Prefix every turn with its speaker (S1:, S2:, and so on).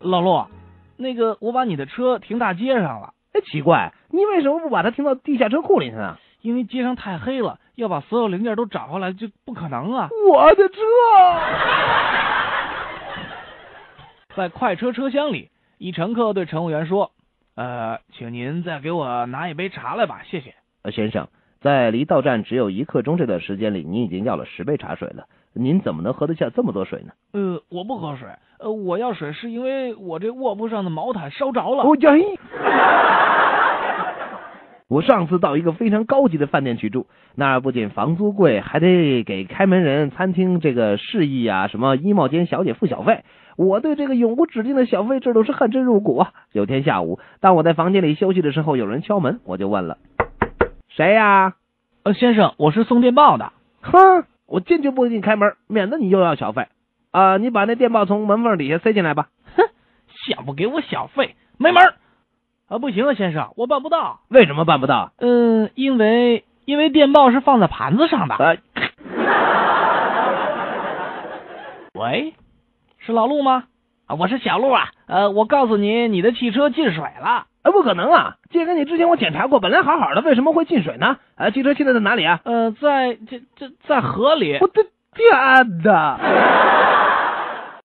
S1: 老陆，那个我把你的车停大街上了。哎，奇怪，
S2: 你为什么不把它停到地下车库里去呢？
S1: 因为街上太黑了，要把所有零件都找回来就不可能啊。
S2: 我的车！
S1: 在快车车厢里，一乘客对乘务员说：“呃，请您再给我拿一杯茶来吧，谢谢。
S2: 呃先生，在离到站只有一刻钟这段时间里，你已经要了十杯茶水了，您怎么能喝得下这么多水呢？”
S1: 呃，我不喝水，呃，我要水是因为我这卧铺上的毛毯烧着了。
S2: 呀嘿！ 我上次到一个非常高级的饭店去住，那儿不仅房租贵，还得给开门人、餐厅这个示意啊，什么衣帽间小姐付小费。我对这个永无止境的小费制度是恨之入骨啊！有天下午，当我在房间里休息的时候，有人敲门，我就问了：“谁呀、
S1: 呃，先生，我是送电报的。
S2: 哼，我坚决不给你开门，免得你又要小费。啊、你把那电报从门缝底下塞进来吧。
S1: 想不给我小费，没门儿！啊，不行啊，先生，我办不到。
S2: 为什么办不到啊？
S1: 嗯、因为因为电报是放在盘子上的。
S2: 啊，
S1: 喂，是老陆吗？啊，我是小陆啊。呃，我告诉你，你的汽车进水了。
S2: 啊，不可能啊！借给你之前我检查过，本来好好的，为什么会进水呢？啊，汽车现在在哪里啊？
S1: 呃，在这这在河里。
S2: 啊我的天哪！